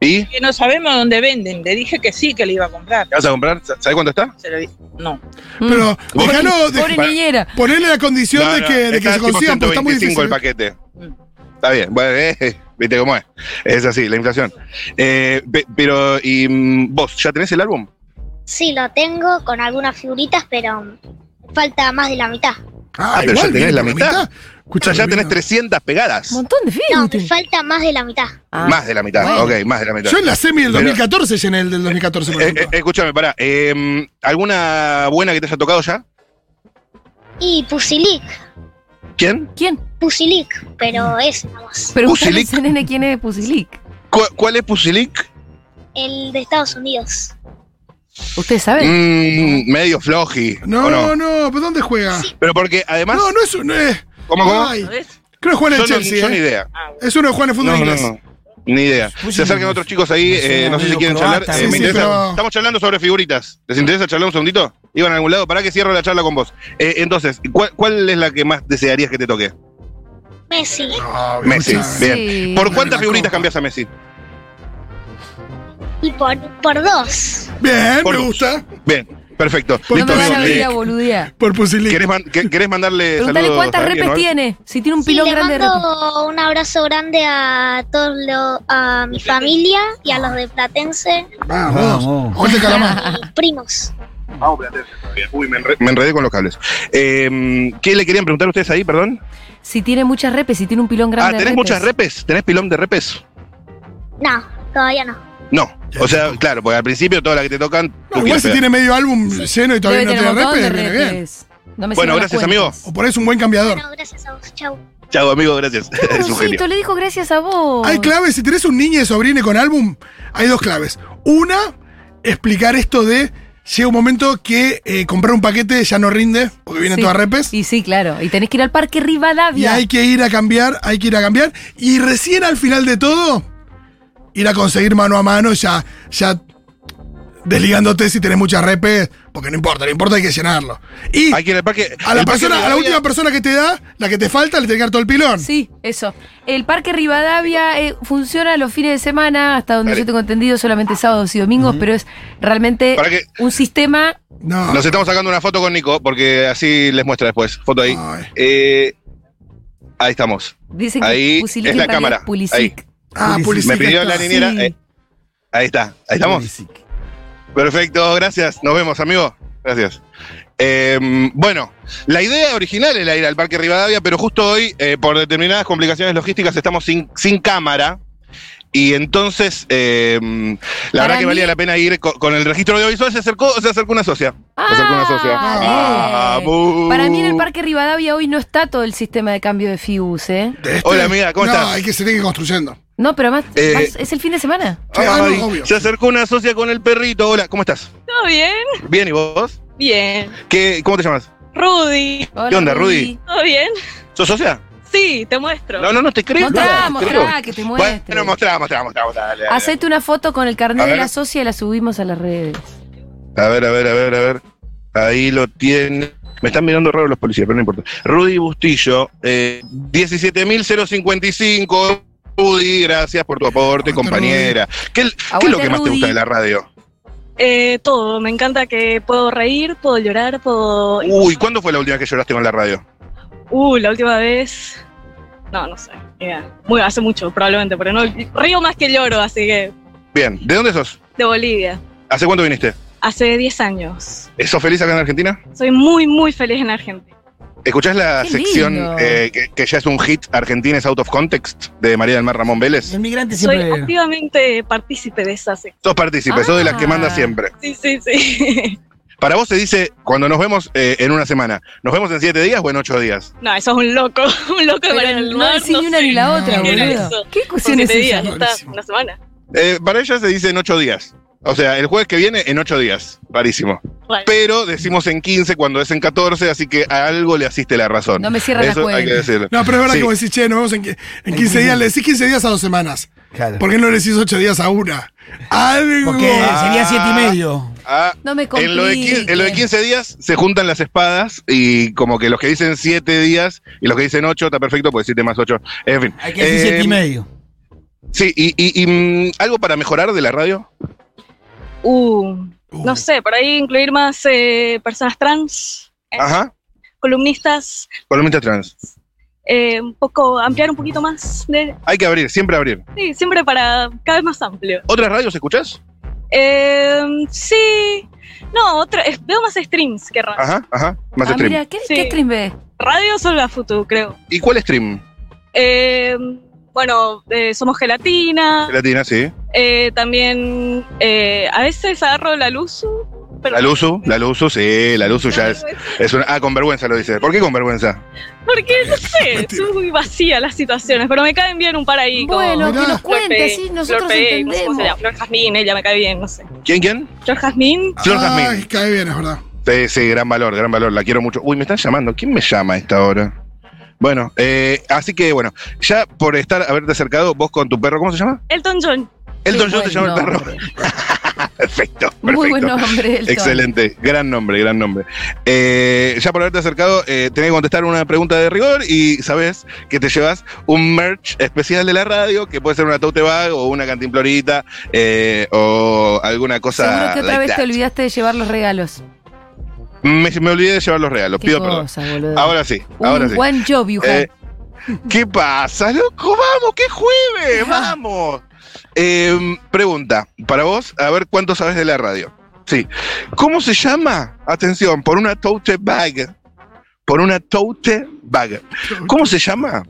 Speaker 6: ¿Y?
Speaker 9: Que no sabemos dónde venden. Le dije que sí, que le iba a comprar.
Speaker 6: ¿Te vas a comprar? ¿Sabes cuánto está?
Speaker 9: Se lo di- No.
Speaker 2: Pero
Speaker 6: Vos-
Speaker 2: déjalo de-
Speaker 1: Mm. Pobre
Speaker 6: para-
Speaker 1: niñera.
Speaker 2: ponerle la condición
Speaker 6: No,
Speaker 2: de
Speaker 6: no,
Speaker 2: que, de que
Speaker 6: está
Speaker 2: se
Speaker 6: tipo
Speaker 2: consigan, porque está muy
Speaker 6: 125
Speaker 2: difícil.
Speaker 6: el paquete. Está bien, bueno, eh, viste cómo es. Es así, la inflación. Eh, pe- pero, ¿y mm, vos ya tenés el álbum?
Speaker 10: Sí, lo tengo con algunas figuritas, pero mm, falta más de la mitad.
Speaker 2: Ah,
Speaker 6: Ah, pero
Speaker 2: igual,
Speaker 6: ya tenés
Speaker 2: bien,
Speaker 6: la
Speaker 2: por
Speaker 6: mitad. O
Speaker 2: Escucha,
Speaker 6: sea, ya tenés
Speaker 2: mira.
Speaker 6: 300 pegadas.
Speaker 1: Un montón de
Speaker 10: No,
Speaker 1: filmes.
Speaker 10: me falta más de la mitad.
Speaker 6: más de la mitad,
Speaker 1: Ah, bueno.
Speaker 6: ok, más de la mitad.
Speaker 2: Yo en la semi del
Speaker 6: Pero-
Speaker 2: 2014 llené el del 2014, por
Speaker 6: Eh,
Speaker 2: ejemplo.
Speaker 6: eh, escúchame, pará. eh, ¿Alguna buena que te haya tocado ya?
Speaker 10: Y Pusilic.
Speaker 6: ¿Quién?
Speaker 1: ¿Quién?
Speaker 10: Pusilic,
Speaker 1: Mm.
Speaker 10: pero es nada más.
Speaker 1: Pregúntale a
Speaker 6: Pusilic.
Speaker 1: ese nene quién es Pusilic.
Speaker 6: ¿Cu- ¿Cuál es Pusilic?
Speaker 10: El de Estados Unidos.
Speaker 1: Ustedes saben.
Speaker 6: Mm, medio floji.
Speaker 2: No,
Speaker 6: ¿o
Speaker 2: no, no, ¿pero dónde juega?
Speaker 6: Pero porque además.
Speaker 2: No, no es un. eh,
Speaker 6: ¿Cómo, cómo?
Speaker 2: ay,
Speaker 9: ¿Sabes?
Speaker 2: creo que juega en
Speaker 6: Yo
Speaker 2: el
Speaker 6: no-
Speaker 2: Chelsea.
Speaker 6: yo ni
Speaker 2: eh.
Speaker 6: idea.
Speaker 9: Ah, bueno.
Speaker 2: Es uno que juega en el fútbol
Speaker 6: No, no,
Speaker 2: inglés. Pues
Speaker 6: no. Ni idea. Se acercan otros chicos ahí,
Speaker 3: Me suena
Speaker 6: eh, no sé si
Speaker 3: medio
Speaker 6: quieren charlar.
Speaker 3: croata,
Speaker 6: eh, me
Speaker 2: sí, sí,
Speaker 6: interesa.
Speaker 2: pero-
Speaker 6: Estamos charlando sobre figuritas. ¿Les interesa charlar un segundito? ¿Iban a algún lado? ¿Para que cierro la charla con vos? Eh, entonces, ¿cuál, cuál es la que más desearías que te toque?
Speaker 10: Messi.
Speaker 2: No,
Speaker 6: Messi.
Speaker 2: escucha.
Speaker 6: Bien.
Speaker 1: Sí.
Speaker 6: ¿Por cuántas
Speaker 2: la
Speaker 6: figuritas
Speaker 2: copa.
Speaker 6: cambias a Messi?
Speaker 10: Y por, por dos.
Speaker 2: Bien,
Speaker 6: Por
Speaker 2: me
Speaker 6: dos.
Speaker 2: gusta.
Speaker 6: Bien, perfecto.
Speaker 2: Pues
Speaker 1: No me
Speaker 6: Listo,
Speaker 1: van a
Speaker 6: amigo.
Speaker 1: venir a
Speaker 6: Eh,
Speaker 1: boludear.
Speaker 2: Por Pusilic.
Speaker 6: ¿Querés, man- que- querés mandarle
Speaker 1: Preguntale
Speaker 6: saludos
Speaker 1: cuántas
Speaker 6: a alguien
Speaker 1: repes
Speaker 6: o algo?
Speaker 1: tiene. Si tiene un
Speaker 10: Sí,
Speaker 1: pilón
Speaker 10: le
Speaker 1: grande de repes.
Speaker 10: mando un abrazo grande a todos los, a mi familia y a los de Platense,
Speaker 3: Vamos.
Speaker 2: Jorge Calamar.
Speaker 10: a mis primos.
Speaker 6: Uy, me, enre- me enredé con los cables. Eh, ¿Qué le querían preguntar ustedes ahí, perdón?
Speaker 1: Si tiene muchas repes, si tiene un pilón grande
Speaker 6: ah, ¿tenés
Speaker 1: de repes.
Speaker 6: muchas repes? ¿Tenés pilón de repes?
Speaker 10: No, todavía no.
Speaker 6: No. O sea, claro, porque al principio todas las que te tocan. tú
Speaker 2: No, igual
Speaker 6: quieres
Speaker 2: si
Speaker 6: pegar.
Speaker 2: tiene medio álbum lleno y
Speaker 1: Debe
Speaker 2: todavía no
Speaker 1: tener
Speaker 2: tiene
Speaker 1: un montón de
Speaker 2: repes, viene bien.
Speaker 1: repes. No me
Speaker 6: Bueno,
Speaker 1: cierran las
Speaker 6: gracias,
Speaker 1: cuentas.
Speaker 2: O por eso es un buen cambiador.
Speaker 10: Bueno, gracias a vos. Chau.
Speaker 6: Chau, amigo, gracias. es un genio.
Speaker 1: Rosito, le dijo gracias a vos.
Speaker 2: Hay claves, si tenés un niño de sobrino con álbum, hay dos claves. Una, explicar esto de llega un momento que eh, comprar un paquete ya no rinde, porque vienen
Speaker 1: Sí.
Speaker 2: todas repes.
Speaker 1: Y sí, claro. Y tenés que ir al parque
Speaker 2: Y
Speaker 1: Rivadavia.
Speaker 2: hay que ir a cambiar, hay que ir a cambiar. Y recién al final de todo, ir a conseguir mano a mano ya, ya desligándote si tenés muchas repes, porque no importa, lo importa hay que llenarlo. Y
Speaker 6: Aquí en el parque.
Speaker 2: a la,
Speaker 6: el parque
Speaker 2: persona, a la
Speaker 6: Rivadavia-
Speaker 2: última persona que te da, la que te falta, le tenés que dar todo el pilón.
Speaker 1: Sí, eso. El Parque Rivadavia eh, funciona los fines de semana, hasta donde
Speaker 6: Dale.
Speaker 1: yo tengo entendido, solamente sábados y domingos, pero es realmente
Speaker 6: Para que-
Speaker 1: un sistema.
Speaker 2: No.
Speaker 6: Nos estamos sacando una foto con Nico, porque así les muestra después. Foto ahí.
Speaker 2: Ay.
Speaker 6: Eh, ahí estamos.
Speaker 1: Dicen que
Speaker 6: Ahí
Speaker 1: Pulisic
Speaker 6: es
Speaker 1: en
Speaker 6: la
Speaker 1: realidad
Speaker 6: cámara.
Speaker 1: es Pulisic.
Speaker 2: Ah,
Speaker 3: Me
Speaker 2: Pulisic
Speaker 6: Me pidió
Speaker 2: está.
Speaker 6: la niñera. eh, ahí está. Ahí estamos.
Speaker 3: Pulisic.
Speaker 6: Perfecto, gracias. Nos vemos, amigo. Gracias. Eh, bueno, la idea original era ir al Parque Rivadavia, pero justo hoy, eh, por determinadas complicaciones logísticas, estamos sin, sin cámara. Y entonces, eh, la
Speaker 1: Para
Speaker 6: verdad que valía
Speaker 1: mí-
Speaker 6: la pena ir co- con, el registro audiovisual. Se acercó, se acercó una socia. se acercó una socia.
Speaker 1: Ah, bien.
Speaker 6: Vamos.
Speaker 1: Para mí en el Parque Rivadavia hoy no está todo el sistema de cambio de FIUS, ¿eh?
Speaker 2: De este-
Speaker 6: Hola, amiga, ¿cómo
Speaker 2: no,
Speaker 6: estás?
Speaker 2: hay que se tiene que ir construyendo.
Speaker 1: No, pero más,
Speaker 6: Eh,
Speaker 1: más- es el fin de semana.
Speaker 2: Sí, ah, no,
Speaker 6: Ay,
Speaker 2: obvio.
Speaker 6: se acercó una socia con el perrito. Hola, ¿cómo estás?
Speaker 9: ¿Todo bien?
Speaker 6: ¿Bien y vos?
Speaker 9: Bien.
Speaker 6: ¿Qué, ¿Cómo te llamas?
Speaker 9: Rudy,
Speaker 1: Hola,
Speaker 6: ¿Qué onda, Rudy?
Speaker 9: ¿todo bien?
Speaker 6: ¿Sos socia?
Speaker 9: Sí, te muestro.
Speaker 6: No, no, no te creo.
Speaker 1: Mostrá,
Speaker 6: no te creo.
Speaker 1: mostrá, que te muestre.
Speaker 6: Bueno, mostrá, mostrá, mostrá. mostrá, dale, dale.
Speaker 1: Hacete una foto con el
Speaker 6: A
Speaker 1: carnet de
Speaker 6: ver.
Speaker 1: la socia y la subimos a las redes.
Speaker 6: A ver, a ver, a ver, a ver. Ahí lo tiene. Me están mirando raro los policías, pero no importa. Rudy Bustillo, eh, 17.055. Rudy, gracias por tu aporte,
Speaker 2: Aguante,
Speaker 6: compañera. ¿Qué, qué es lo
Speaker 1: Aguante,
Speaker 6: que más te
Speaker 1: Ah, Rudy.
Speaker 6: gusta de la radio?
Speaker 9: Eh, todo, me encanta que puedo reír, puedo llorar, puedo...
Speaker 6: Uy, ¿cuándo fue la última vez que lloraste con la radio?
Speaker 9: Uh, la última vez... No, no sé. idea. Muy, hace mucho, probablemente, pero no río más que lloro, así que...
Speaker 6: Bien, ¿de dónde sos?
Speaker 9: De Bolivia.
Speaker 6: ¿Hace cuánto viniste?
Speaker 9: Hace 10 años.
Speaker 6: ¿Sos feliz acá en Argentina?
Speaker 9: Soy muy, muy feliz en Argentina.
Speaker 6: ¿Escuchás la
Speaker 1: Qué
Speaker 6: sección
Speaker 1: lindo.
Speaker 6: eh, que, que ya es un hit, Argentina es out of context, de María del Mar Ramón Vélez?
Speaker 3: El migrante
Speaker 9: Soy
Speaker 3: siempre.
Speaker 9: activamente partícipe de esa sección.
Speaker 6: Sos partícipe, sos de las que
Speaker 1: Ah.
Speaker 6: manda siempre.
Speaker 9: Sí, sí, sí.
Speaker 6: Para vos se dice, cuando nos vemos eh, en una semana, ¿nos vemos en siete días o en ocho días?
Speaker 9: No, eso es un loco, un loco de María
Speaker 1: Pero
Speaker 9: del
Speaker 1: no
Speaker 9: Mar,
Speaker 1: decís ni
Speaker 9: no
Speaker 1: una
Speaker 9: sé.
Speaker 1: ni la otra,
Speaker 9: No, ¿qué era
Speaker 1: boludo.
Speaker 9: eso?
Speaker 1: ¿Qué
Speaker 9: Son
Speaker 1: discusión es
Speaker 9: siete días,
Speaker 1: esa?
Speaker 9: ya está,
Speaker 2: Buenísimo.
Speaker 9: una semana.
Speaker 6: Eh, para ella se dice en ocho días. O sea, el jueves que viene en ocho días. Rarísimo.
Speaker 9: Raro.
Speaker 6: Pero decimos en 15 cuando es en 14, así que a algo le asiste la razón.
Speaker 1: No me cierra la
Speaker 6: Eso hay que
Speaker 1: cuenta.
Speaker 6: decirlo.
Speaker 2: No, pero es verdad
Speaker 6: Sí.
Speaker 2: que vos decís, che, nos vemos en, qui- en 15 días. Le decís 15 días a dos semanas.
Speaker 3: Claro.
Speaker 2: ¿Por qué no le decís 8 días a una? Algo.
Speaker 3: Porque sería siete y medio.
Speaker 6: Ah,
Speaker 1: No me
Speaker 6: en, lo de quin- en lo de
Speaker 1: compliquen.
Speaker 6: 15 días se juntan las espadas y como que los que dicen 7 días y los que dicen 8 está perfecto, pues 7 más 8. En fin.
Speaker 3: Hay que decir
Speaker 6: Eh,
Speaker 3: siete y medio.
Speaker 6: Sí, y, y- y, mm, algo para mejorar de la radio.
Speaker 9: Uh,
Speaker 2: Uh,
Speaker 9: no sé, por ahí incluir más eh, personas trans, eh,
Speaker 6: Ajá.
Speaker 9: columnistas,
Speaker 6: Columnista trans.
Speaker 9: eh, un poco, ampliar un poquito más. De,
Speaker 6: Hay que abrir, siempre abrir.
Speaker 9: sí, siempre para cada vez más amplio.
Speaker 6: ¿Otras radios escuchás?
Speaker 9: Eh, sí, no, otra, es- veo más streams que radio.
Speaker 6: Ajá, ajá. Más
Speaker 1: ah,
Speaker 6: stream.
Speaker 1: mira, ¿qué,
Speaker 9: Sí.
Speaker 1: qué stream ves?
Speaker 9: Radio solo a Futu, creo.
Speaker 6: ¿Y cuál stream?
Speaker 9: Eh, bueno, eh, somos gelatina.
Speaker 6: Latina, sí.
Speaker 9: Eh, también eh, a veces agarro la luz. Pero
Speaker 6: La Luzu, la Luzu, sí, la Luzu ya es, es una. Ah, con vergüenza lo dice. ¿Por qué con vergüenza?
Speaker 9: Porque no sé, son muy vacías las situaciones, pero me caen bien un par ahí. como
Speaker 1: Bueno,
Speaker 2: Mirá.
Speaker 1: que nos
Speaker 9: Flor
Speaker 1: cuente,
Speaker 9: Pei,
Speaker 1: así
Speaker 9: Flor
Speaker 1: nosotros
Speaker 9: Pei, no sé cómo se llama,
Speaker 1: entendemos.
Speaker 9: Flor Jazmín, ella me cae bien, no sé.
Speaker 6: ¿Quién, quién?
Speaker 9: Flor Jazmín,
Speaker 6: Flor
Speaker 2: Ay,
Speaker 6: Jazmín.
Speaker 2: cae bien, es verdad.
Speaker 6: Sí, sí, gran valor, gran valor. La quiero mucho. Uy, me están llamando. ¿Quién me llama a esta hora? Bueno, eh, así que bueno, ya por estar, haberte acercado, vos con tu perro, ¿cómo se llama?
Speaker 9: Elton John.
Speaker 6: Elton John
Speaker 1: buen
Speaker 6: te llama el perro.
Speaker 1: nombre.
Speaker 6: perfecto, perfecto.
Speaker 1: Muy buen nombre, Elton.
Speaker 6: Excelente, gran nombre, gran nombre. Eh, ya por haberte acercado, eh, tenés que contestar una pregunta de rigor y sabés que te llevas un merch especial de la radio, que puede ser una tote bag o una cantimplorita eh, o alguna cosa.
Speaker 1: Seguro que otra
Speaker 6: like
Speaker 1: vez te
Speaker 6: that.
Speaker 1: olvidaste de llevar los regalos.
Speaker 6: me, me olvidé de llevar los regalos,
Speaker 1: Qué
Speaker 6: pido perdón.
Speaker 1: cosa, boludo.
Speaker 6: Ahora sí, ahora
Speaker 1: Un
Speaker 6: sí.
Speaker 1: One job, you
Speaker 6: Eh,
Speaker 1: have.
Speaker 6: ¿Qué pasa, loco? Vamos, qué jueves, vamos. Eh, pregunta, para vos, a ver cuánto sabes de la radio. Sí. ¿Cómo se llama? Atención, por una tote bag. Por una tote bag. ¿Cómo se llama?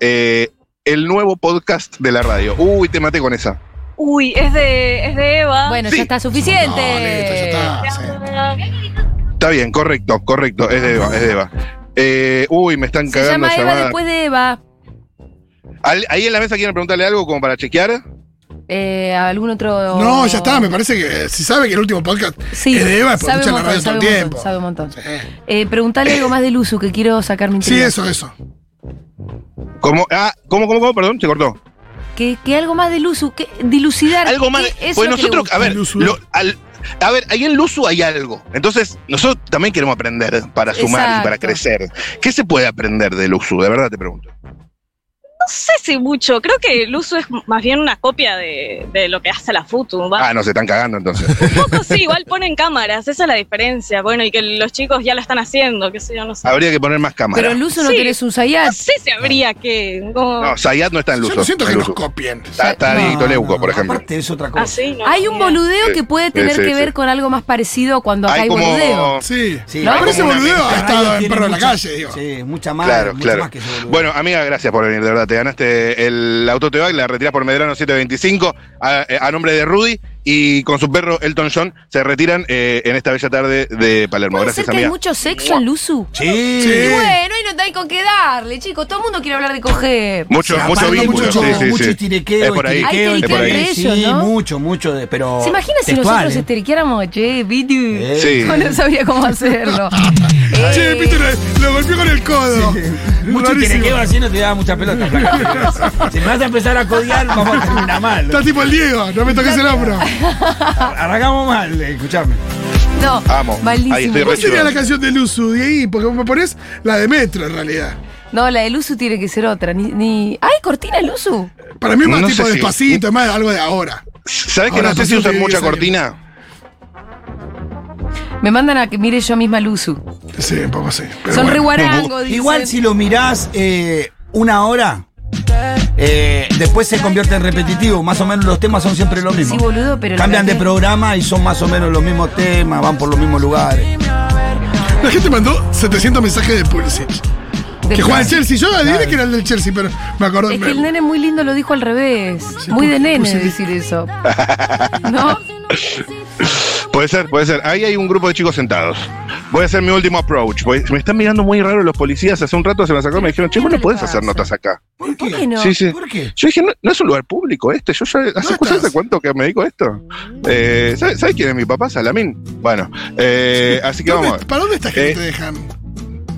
Speaker 6: Eh, el nuevo podcast de la radio. Uy, te maté con esa.
Speaker 9: Uy, es de, es de Eva.
Speaker 1: bueno,
Speaker 6: sí.
Speaker 1: ya está suficiente.
Speaker 2: No, listo, ya está. sí.
Speaker 6: Está bien, correcto, correcto. Es de Eva, es de Eva. Eh, uy, me están
Speaker 1: Se
Speaker 6: cagando
Speaker 1: llama Eva
Speaker 6: llamadas.
Speaker 1: después de Eva.
Speaker 6: Al- Ahí en la mesa quieren preguntarle algo como para chequear.
Speaker 1: Eh, ¿Algún otro?
Speaker 2: No, ya está, me parece que si sabe que el último podcast
Speaker 6: Eh,
Speaker 1: Sí,
Speaker 2: es de Eva, pues
Speaker 1: sabe un
Speaker 2: escucha la
Speaker 1: montón,
Speaker 2: radio todo
Speaker 1: sabe
Speaker 2: el
Speaker 1: un montón,
Speaker 2: tiempo.
Speaker 1: sabe un montón.
Speaker 2: Sí.
Speaker 1: Eh, preguntale algo más de Luzu, que quiero sacar mi
Speaker 2: Sí,
Speaker 1: intriga.
Speaker 2: eso, eso.
Speaker 6: ¿Cómo? Ah, ¿cómo, cómo, cómo? Perdón, se cortó.
Speaker 1: Que, que algo más de Luzu, que dilucidar.
Speaker 6: Algo más.
Speaker 1: ¿qué es
Speaker 6: Pues
Speaker 1: lo que le
Speaker 6: nosotros,
Speaker 1: gusta?
Speaker 6: a ver,
Speaker 2: Luzu.
Speaker 6: lo- al- a ver, ahí en Luzu hay algo. Entonces, nosotros también queremos aprender para sumar y para
Speaker 1: Exacto.
Speaker 6: crecer. ¿Qué se puede aprender de Luzu? De verdad te pregunto.
Speaker 9: No sé si mucho, creo que el uso es más bien una copia de, de lo que hace la Futu. ¿va?
Speaker 6: Ah, no, se están cagando entonces.
Speaker 9: Un poco sí, igual ponen cámaras, esa es la diferencia. Bueno, y que los chicos ya la están haciendo, qué sé yo, no sé.
Speaker 6: Habría que poner más cámaras.
Speaker 1: Pero en Luzu no
Speaker 9: Sí.
Speaker 1: tenés un
Speaker 9: No
Speaker 1: Zayat.
Speaker 9: sé si habría que... como-
Speaker 6: No, Zayat no está en Luzu.
Speaker 2: Yo no siento
Speaker 6: en
Speaker 2: que nos
Speaker 6: Luzu.
Speaker 2: copien.
Speaker 6: Está, está
Speaker 1: No,
Speaker 6: Dieguito Leuco, por ejemplo.
Speaker 3: Aparte es otra cosa.
Speaker 9: Así, no,
Speaker 1: Hay un
Speaker 9: mira.
Speaker 1: boludeo
Speaker 6: Sí,
Speaker 1: que puede
Speaker 6: sí,
Speaker 1: tener
Speaker 6: sí,
Speaker 1: que
Speaker 6: sí.
Speaker 1: ver con algo más parecido cuando acá hay,
Speaker 6: Hay
Speaker 1: boludeo.
Speaker 6: como.
Speaker 2: Sí.
Speaker 3: Sí,
Speaker 1: ¿No?
Speaker 2: Pero ese
Speaker 6: Como una
Speaker 2: boludeo ha
Speaker 6: mezcla.
Speaker 2: estado en
Speaker 3: tiene
Speaker 2: Perro en la
Speaker 3: mucha-
Speaker 2: Calle, digo.
Speaker 3: Sí, mucha más,
Speaker 6: Claro,
Speaker 3: mucho
Speaker 6: claro.
Speaker 3: más que ese boludo.
Speaker 6: Bueno, amiga, gracias por venir, de verdad. Te ganaste el autotebag, la retiras por Medrano 725 a, eh, a nombre de Rudy y con su perro Elton John se retiran eh, en esta bella tarde de Palermo.
Speaker 1: ¿Puede
Speaker 6: Gracias,
Speaker 1: ser que hay
Speaker 6: amiga.
Speaker 1: mucho sexo en Luzu?
Speaker 3: Sí.
Speaker 1: Y
Speaker 2: Sí.
Speaker 1: Bueno, y no hay con qué darle, chicos. Todo el mundo quiere hablar de coger.
Speaker 6: Mucho,
Speaker 3: Aparte,
Speaker 6: mucho vínculo.
Speaker 3: mucho,
Speaker 6: sí, sí,
Speaker 3: mucho
Speaker 6: sí.
Speaker 3: estiriqueo,
Speaker 6: Es por ahí.
Speaker 3: estiriqueo,
Speaker 1: Hay
Speaker 6: es por ahí.
Speaker 1: estiriqueo
Speaker 3: Sí,
Speaker 1: entre ellos, ¿no?
Speaker 3: mucho, mucho, de- pero
Speaker 1: ¿Se imagina si
Speaker 3: textual,
Speaker 1: nosotros
Speaker 3: ¿eh?
Speaker 1: esteriqueáramos, che, Pitu?
Speaker 3: Eh.
Speaker 6: Sí.
Speaker 1: Yo no sabía cómo hacerlo.
Speaker 2: Che,
Speaker 1: Eh,
Speaker 2: Peter lo- lo golpeó con el codo.
Speaker 3: Mucho
Speaker 2: Rarísimo.
Speaker 3: estiriqueo así no te da mucha pelota. flaco. si me vas a empezar a codiar, vamos a terminar mal.
Speaker 2: Está tipo el Diego, no me toques el hombro.
Speaker 3: Arrancamos mal, eh, escuchame.
Speaker 1: No,
Speaker 6: Amo.
Speaker 1: malísimo.
Speaker 6: Ahí estoy
Speaker 2: ¿Cuál sería
Speaker 6: Rechudo.
Speaker 2: la canción de Luzu, de ahí? Porque vos me pones la de Metro, en realidad.
Speaker 1: No, la de Luzu tiene que ser otra. Ni, ni... ¡Ay, cortina Luzu!
Speaker 2: Para mí es más
Speaker 6: No
Speaker 2: tipo
Speaker 6: sé si-
Speaker 2: despacito, es más algo de ahora.
Speaker 6: ¿Sabes que
Speaker 2: Ahora
Speaker 6: no sé si usan
Speaker 2: sí,
Speaker 6: mucha
Speaker 2: sí.
Speaker 6: cortina?
Speaker 1: Me mandan a que mire yo misma Luzu.
Speaker 2: Sí, un poco sí. Pero
Speaker 1: Son
Speaker 2: bueno.
Speaker 1: re guarango, dicen.
Speaker 3: Igual si lo mirás eh, una hora, eh, después se convierte en repetitivo. Más o menos los temas son siempre los mismos.
Speaker 1: Sí, boludo, pero la
Speaker 3: Cambian de
Speaker 1: verdad que-
Speaker 3: programa y son más o menos los mismos temas, van por los mismos lugares.
Speaker 6: Eh,
Speaker 2: La gente mandó 700 mensajes de Pulisic.
Speaker 1: Del-
Speaker 2: Que juega el Chelsea. Yo adiviné que era el del Chelsea, pero me acordé.
Speaker 1: Es que el nene muy lindo lo dijo al revés.
Speaker 2: Sí,
Speaker 1: muy de
Speaker 2: puse-
Speaker 1: nene
Speaker 2: puse-
Speaker 1: decir eso. ¿No?
Speaker 6: Puede ser, puede ser. Ahí hay un grupo de chicos sentados. Voy a hacer mi último approach. Voy- me están mirando muy raro los policías. Hace un rato se me sacó y me dijeron, che, vos no podés hacer notas acá.
Speaker 3: ¿Por
Speaker 1: ¿Por qué no?
Speaker 6: Sí, sí.
Speaker 3: ¿Por qué?
Speaker 6: Yo dije, no, no es un lugar público este. Yo ya hace
Speaker 2: estás.
Speaker 6: cosas de cuánto que me dedico a esto. Eh, ¿sabes, sabes quién es mi papá? Salamín. Bueno, eh, así que
Speaker 2: ¿Dónde-
Speaker 6: vamos.
Speaker 2: ¿Para dónde estás que
Speaker 6: Eh.
Speaker 2: no te dejan?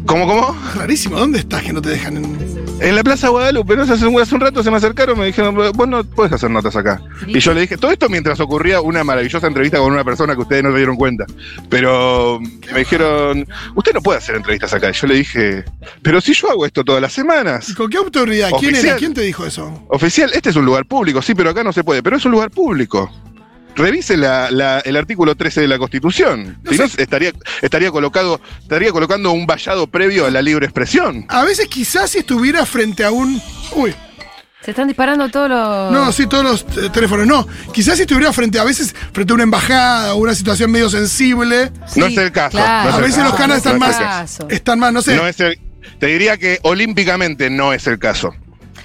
Speaker 6: ¿Cómo, cómo?
Speaker 2: Rarísimo, ¿dónde estás que no te dejan? En...
Speaker 6: En la Plaza Guadalupe, ¿no? hace, un, hace un rato se me acercaron, me dijeron, vos no puedes hacer notas acá. Y yo le dije, todo esto mientras ocurría una maravillosa entrevista con una persona que ustedes no se dieron cuenta. Pero me dijeron, usted no puede hacer entrevistas acá. Y yo le dije, pero si yo hago esto todas las semanas.
Speaker 2: ¿Con qué autoridad? ¿Quién,
Speaker 6: Oficial.
Speaker 2: era? ¿Quién te dijo eso?
Speaker 6: Oficial, este es un lugar público, sí, pero acá no se puede, pero es un lugar público. Revise la- la- el artículo 13 de la Constitución. si no, estaría, estaría, colocado, estaría colocando un vallado previo a la libre expresión.
Speaker 2: A veces quizás si estuviera frente a un... Uy,
Speaker 1: Se están disparando todos los.
Speaker 2: no, sí, todos los eh, teléfonos, no. Quizás si estuviera frente a veces frente a una embajada o una situación medio sensible.
Speaker 6: no es el caso, no es
Speaker 2: A
Speaker 6: el
Speaker 2: veces
Speaker 6: caso,
Speaker 2: los canas están
Speaker 6: no
Speaker 2: más...
Speaker 6: es el
Speaker 2: Están más, no sé.
Speaker 6: ah, No es el- te diría que olímpicamente no es el caso.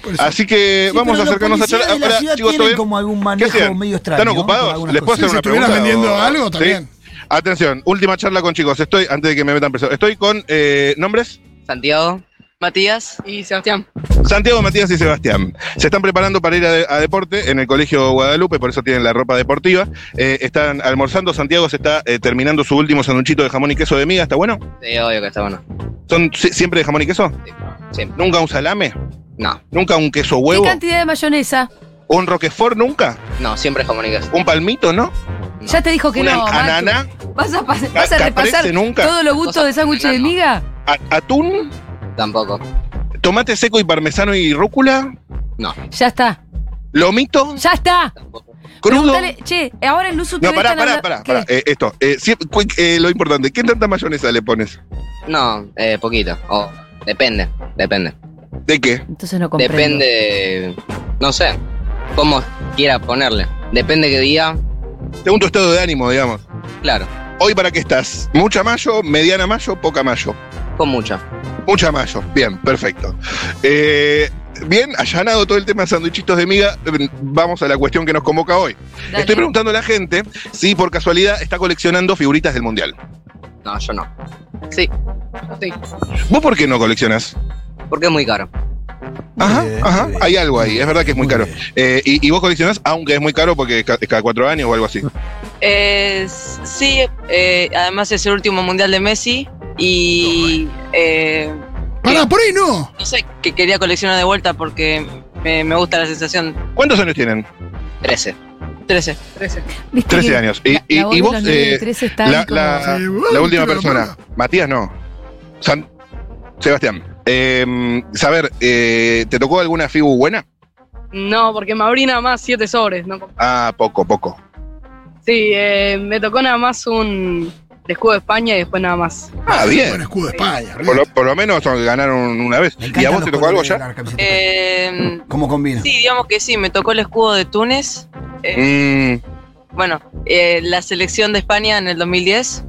Speaker 2: por eso.
Speaker 6: Así que
Speaker 3: Sí,
Speaker 6: vamos a
Speaker 3: pero los
Speaker 6: acercarnos a
Speaker 3: policías
Speaker 6: charlar.
Speaker 3: de la
Speaker 6: Ahora,
Speaker 3: ciudad
Speaker 6: chicos, ¿todo
Speaker 3: tienen
Speaker 6: bien?
Speaker 3: como algún
Speaker 6: ¿Qué
Speaker 3: manejo
Speaker 6: hacen?
Speaker 3: medio extraño,
Speaker 6: ¿Están
Speaker 3: ¿no? Con
Speaker 6: ocupados?
Speaker 3: algunas
Speaker 6: ¿Les puedo hacer
Speaker 3: cosas.
Speaker 2: Sí,
Speaker 6: una
Speaker 2: si estuvieran
Speaker 6: pregunta?
Speaker 2: vendiendo
Speaker 6: o-
Speaker 2: algo,
Speaker 6: ¿Sí?
Speaker 2: también.
Speaker 6: Atención, última charla con chicos. Estoy, antes de que me metan preso, estoy con eh, nombres.
Speaker 8: Santiago, Matías y Sebastián.
Speaker 6: Santiago, Matías y Sebastián se están preparando para ir a, de- a deporte en el Colegio Guadalupe, por eso tienen la ropa deportiva. Eh, están almorzando, Santiago se está eh, terminando su último sanduchito de jamón y queso de miga, ¿está bueno?
Speaker 7: Sí, obvio que está bueno.
Speaker 6: ¿Son si- siempre de jamón y queso?
Speaker 7: Siempre.
Speaker 6: ¿Nunca un salame?
Speaker 7: No,
Speaker 6: ¿Nunca un queso
Speaker 1: ¿Qué
Speaker 6: huevo?
Speaker 1: cantidad de mayonesa?
Speaker 6: ¿Un roquefort nunca?
Speaker 7: no, siempre es comunicación.
Speaker 6: ¿Un palmito, no?
Speaker 1: Ya te dijo que
Speaker 6: ¿Una
Speaker 1: no. Matu.
Speaker 6: anana?
Speaker 1: ¿Vas a, pas- vas a
Speaker 6: ¿Te
Speaker 1: repasar
Speaker 6: aparece nunca?
Speaker 1: todos los gustos de sándwich de miga?
Speaker 6: A-
Speaker 7: Uh,
Speaker 6: ¿Atún?
Speaker 7: Tampoco.
Speaker 6: ¿Tomate seco y parmesano y rúcula?
Speaker 7: No,
Speaker 1: Ya está.
Speaker 6: ¿Lomito?
Speaker 1: ¡Ya está!
Speaker 7: tampoco.
Speaker 6: ¿Crudo?
Speaker 1: Preguntale, che, ahora en Luzu
Speaker 6: No,
Speaker 1: TV
Speaker 6: pará,
Speaker 1: están
Speaker 6: pará, pará, pará.
Speaker 1: hablando- ¿Qué?
Speaker 6: Eh, esto, eh, sí, cu- eh, lo importante, ¿qué tanta mayonesa le pones?
Speaker 7: No, eh, poquito. O depende, depende.
Speaker 6: ¿De qué?
Speaker 1: Entonces no comprendo.
Speaker 7: Depende, no sé, cómo quiera ponerle. Depende qué día,
Speaker 6: Según tu estado de ánimo, digamos.
Speaker 7: claro,
Speaker 6: Hoy para qué estás? ¿Mucha mayo, mediana mayo, poca mayo?
Speaker 7: con mucha.
Speaker 6: Mucha mayo. Bien, perfecto. Eh, bien, allanado todo el tema de sandwichitos de miga, eh, vamos a la cuestión que nos convoca hoy.
Speaker 1: Dale.
Speaker 6: Estoy preguntando a la gente si por casualidad está coleccionando figuritas del mundial.
Speaker 7: No, yo no.
Speaker 6: ¿Vos por qué no coleccionas?
Speaker 7: Porque es muy caro.
Speaker 6: Ajá,
Speaker 3: bien,
Speaker 6: ajá,
Speaker 3: muy bien.
Speaker 6: hay algo ahí, es verdad que es muy,
Speaker 3: Muy
Speaker 6: caro.
Speaker 3: bien.
Speaker 6: Eh, y, y vos coleccionás, aunque es muy caro porque es ca- es cada cuatro años o algo así.
Speaker 11: Eh, sí, eh, además es el último mundial de Messi y eh,
Speaker 2: Pará, por ahí no.
Speaker 11: no sé, que quería coleccionar de vuelta porque me, me gusta la sensación.
Speaker 6: ¿Cuántos años tienen?
Speaker 7: 13.
Speaker 11: 13.
Speaker 6: 13 años. Y, y- y vos, eh, la, Ah, la- la última
Speaker 2: pero
Speaker 6: persona, Matías no. San- Sebastián, eh, saber, eh, ¿te tocó alguna figu buena?
Speaker 8: No, porque me abrí nada más siete sobres. No,
Speaker 6: Ah, poco, poco.
Speaker 8: sí, eh, me tocó nada más un de escudo de España y después nada más.
Speaker 6: Ah, bien.
Speaker 2: escudo de España.
Speaker 6: Por lo, por lo menos ganaron una vez. ¿Y a vos te tocó algo ya?
Speaker 11: Eh,
Speaker 3: ¿Cómo combina?
Speaker 11: sí, digamos que sí, me tocó el escudo de Túnez. Eh,
Speaker 6: Mm,
Speaker 11: Bueno, eh, la selección de España en el 2010.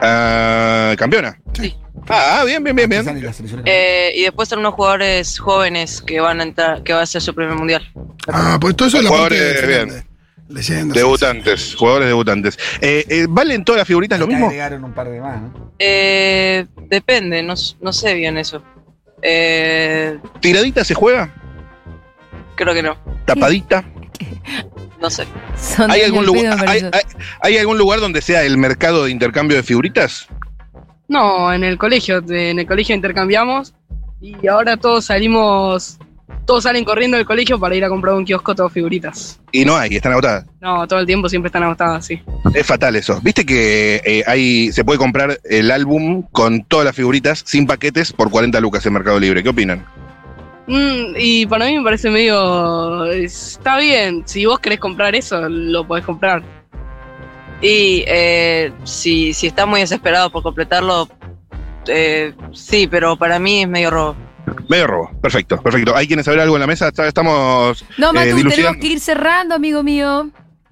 Speaker 6: ah, ¿Campeona?
Speaker 11: Sí.
Speaker 6: Ah, bien, bien, bien, bien.
Speaker 11: Eh, y después son unos jugadores jóvenes que van a entrar, que va a ser su primer mundial.
Speaker 2: Ah, pues todo eso es la parte
Speaker 6: Jugadores,
Speaker 2: de
Speaker 6: bien.
Speaker 2: Fernández. Leyendas.
Speaker 6: Debutantes, jugadores debutantes. Eh, eh, ¿Valen todas las figuritas lo
Speaker 3: Acá
Speaker 6: mismo?
Speaker 3: agregaron un par de más, ¿no?
Speaker 11: Eh, depende, no, s- no sé bien eso. Eh,
Speaker 6: ¿Tiradita se juega?
Speaker 11: creo que no,
Speaker 6: ¿Tapadita?
Speaker 11: no sé.
Speaker 1: Son
Speaker 6: ¿Hay
Speaker 1: de
Speaker 6: algún,
Speaker 1: al pedo, me
Speaker 6: lugar, hay,
Speaker 1: pareció.
Speaker 6: hay- hay algún lugar donde sea el mercado de intercambio de figuritas?
Speaker 8: No, en el colegio, de- en el colegio intercambiamos y ahora todos salimos, todos salen corriendo del colegio para ir a comprar un kiosco todo figuritas.
Speaker 6: Y no hay, están agotadas.
Speaker 8: No, todo el tiempo siempre están agotadas, sí.
Speaker 6: Es fatal eso. Viste que eh, hay, se puede comprar el álbum con todas las figuritas sin paquetes por 40 lucas en Mercado Libre. ¿Qué opinan?
Speaker 8: Mm, y para mí me parece medio. Está bien, si vos querés comprar eso, lo podés comprar.
Speaker 11: Y eh, si, si está muy desesperado por completarlo, eh, sí, pero para mí es medio robo.
Speaker 6: Medio robo. Perfecto, perfecto. ¿Hay quienes saber algo en la mesa? Está- Estamos
Speaker 1: No,
Speaker 6: eh,
Speaker 1: Matu, tenemos
Speaker 6: dilucidando.
Speaker 1: que ir cerrando, amigo mío.